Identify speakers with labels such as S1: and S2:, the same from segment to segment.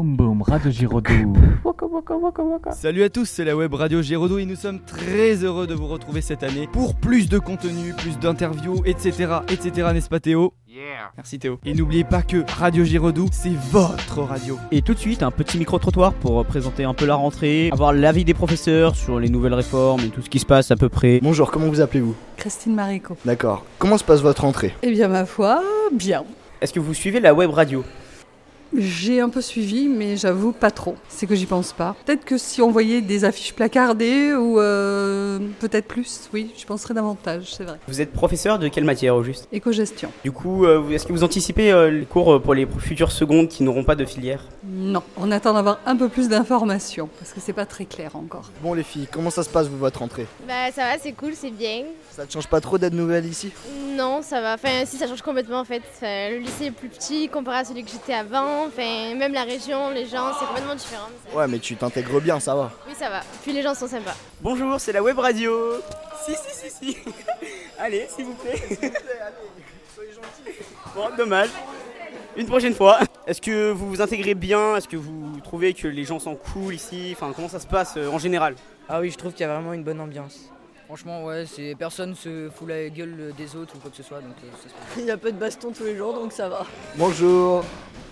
S1: plateforme Radio Giraudoux. Waka, waka, waka, waka.
S2: Salut à tous, c'est la web radio Gérodo et nous sommes très heureux de vous retrouver cette année pour plus de contenu, plus d'interviews, etc. etc. N'est-ce pas Théo Merci Théo. Et n'oubliez pas que Radio Gérodo, c'est votre radio.
S3: Et tout de suite, un petit micro-trottoir pour présenter un peu la rentrée, avoir l'avis des professeurs sur les nouvelles réformes et tout ce qui se passe à peu près.
S4: Bonjour, comment vous appelez-vous
S5: Christine Marico.
S4: D'accord. Comment se passe votre entrée
S5: Eh bien, ma foi, bien.
S3: Est-ce que vous suivez la web radio
S5: J'ai un peu suivi, mais j'avoue pas trop. C'est que j'y pense pas. Peut-être que si on voyait des affiches placardées ou euh, peut-être plus, oui, je penserais davantage, c'est vrai.
S3: Vous êtes professeur de quelle matière au juste
S5: Éco-gestion
S3: Du coup, euh, vous- est-ce que vous anticipez euh, les cours euh, pour les futures secondes qui n'auront pas de filière
S5: Non, on attend d'avoir un peu plus d'informations parce que c'est pas très clair encore.
S4: Bon les filles, comment ça se passe vous, votre entrée
S6: Bah ça va, c'est cool, c'est bien.
S4: Ça ne change pas trop d'être nouvelle ici
S6: Non, ça va. Enfin, si ça change complètement en fait. Euh, le lycée est plus petit comparé à celui que j'étais avant. Enfin, même la région, les gens, c'est complètement différent. ça.
S4: Ouais mais tu t'intègres bien, ça va.
S6: Oui, ça va. Puis les gens sont sympas.
S3: Bonjour, c'est la web radio Si, si, si, si Allez, s'il vous plaît Bon, dommage. Une prochaine fois. Est-ce que vous vous intégrez bien Est-ce que vous trouvez que les gens sont cool ici Enfin, comment ça se passe euh, en général
S7: Ah oui, je trouve qu'il y a vraiment une bonne ambiance.
S8: Franchement, ouais, c'est personne se fout la gueule des autres ou quoi que ce soit, donc euh, ça se passe.
S9: Il y a peu de baston tous les jours, donc ça va.
S4: Bonjour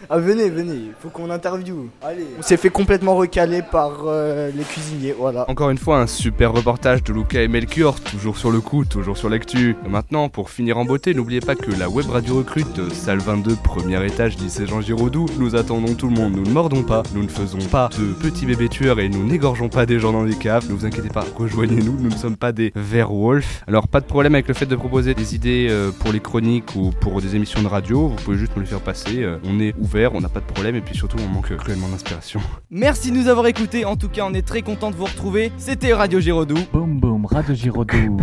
S4: Ah venez, venez, faut qu'on interviewe. Allez. On s'est fait complètement recaler par euh, les cuisiniers, voilà.
S10: Encore une fois, un super reportage de Luca et Melchior, toujours sur le coup, toujours sur l'actu. Et Maintenant, pour finir en beauté, n'oubliez pas que la web radio recrute, euh, salle 22, premier étage, lycée Jean Giraudoux. Nous attendons tout le monde, nous ne mordons pas, nous ne faisons pas de petits bébés tueurs et nous n'égorgeons pas des gens dans des caves. Ne vous inquiétez pas, rejoignez-nous, nous ne sommes pas des werewolves. Alors, pas de problème avec le fait de proposer des idées euh, pour les chroniques ou pour des émissions de radio, vous pouvez juste nous les faire passer. euh, On est ouvert, on n'a pas de problème et puis surtout, on manque euh, cruellement d'inspiration.
S2: Merci de nous avoir écoutés. En tout cas, on est très content de vous retrouver. C'était Radio Gérodo.
S1: Boum boum, Radio Giraudoux.